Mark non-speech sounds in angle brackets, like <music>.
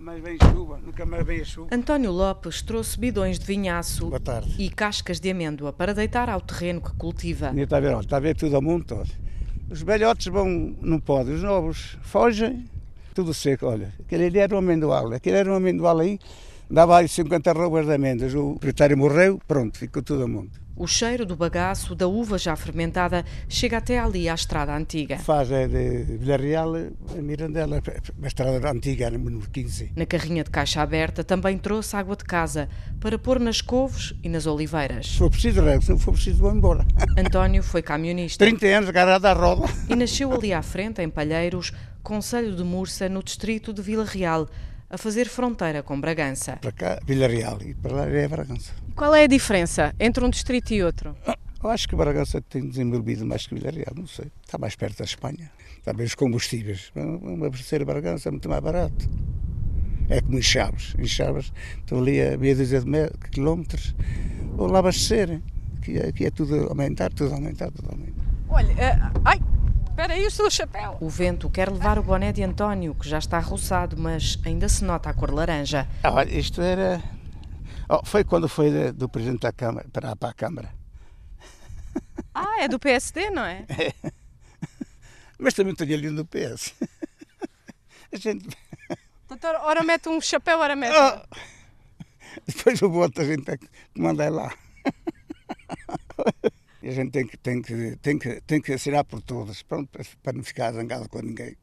mais vem chuva, nunca mais vem a chuva. António Lopes trouxe bidões de vinhaço Boa tarde. e cascas de amêndoa para deitar ao terreno que cultiva. Está a ver, olha, está a ver tudo ao mundo todo. Os velhotes vão, não podem, os novos fogem, tudo seco, olha. Aquele ali era um amendoal, aquele era um amendoal aí, dava aí 50 roubas de amêndoas. O proprietário morreu, pronto, ficou tudo ao mundo. O cheiro do bagaço da uva já fermentada chega até ali à estrada antiga. Faz é de Villarreal a Mirandela, uma estrada antiga, era número 15. Na carrinha de caixa aberta também trouxe água de casa para pôr nas couves e nas Se oliveiras. for preciso, rego, se não for preciso, vou embora. <laughs> António foi camionista 30 anos agarrado à roda. e nasceu ali à frente, em Palheiros, Conselho de Mursa, no distrito de Vila Real, a fazer fronteira com Bragança. Para cá, Villarreal, e para lá é Bragança. Qual é a diferença entre um distrito e outro? Eu acho que Bragança tem desenvolvido mais que Villarreal, não sei. Está mais perto da Espanha. Também os combustíveis. Uma terceira Bragança é muito mais barato. É como em Chaves. Em Chaves estão ali a meia dúzia de me- quilómetros. Ou lá abastecerem. Aqui é, aqui é tudo a aumentar, tudo a aumentar, tudo a aumentar. Olha, ah, ai, espera aí o seu chapéu. O vento quer levar o boné de António, que já está roçado, mas ainda se nota a cor laranja. Ah, olha, isto era. Oh, foi quando foi de- do Presidente da Câmara para, para a Câmara. Ah, é do PSD, não é? Mas também tenho ali um do PS. <laughs> A gente. Doutor, ora mete um chapéu, ora mete. Ah! <laughs> Depois o voto a gente tem que mandar lá. <laughs> E A gente tem que, tem, que, tem, que, tem que assinar por todos, pronto, para não ficar zangado com ninguém.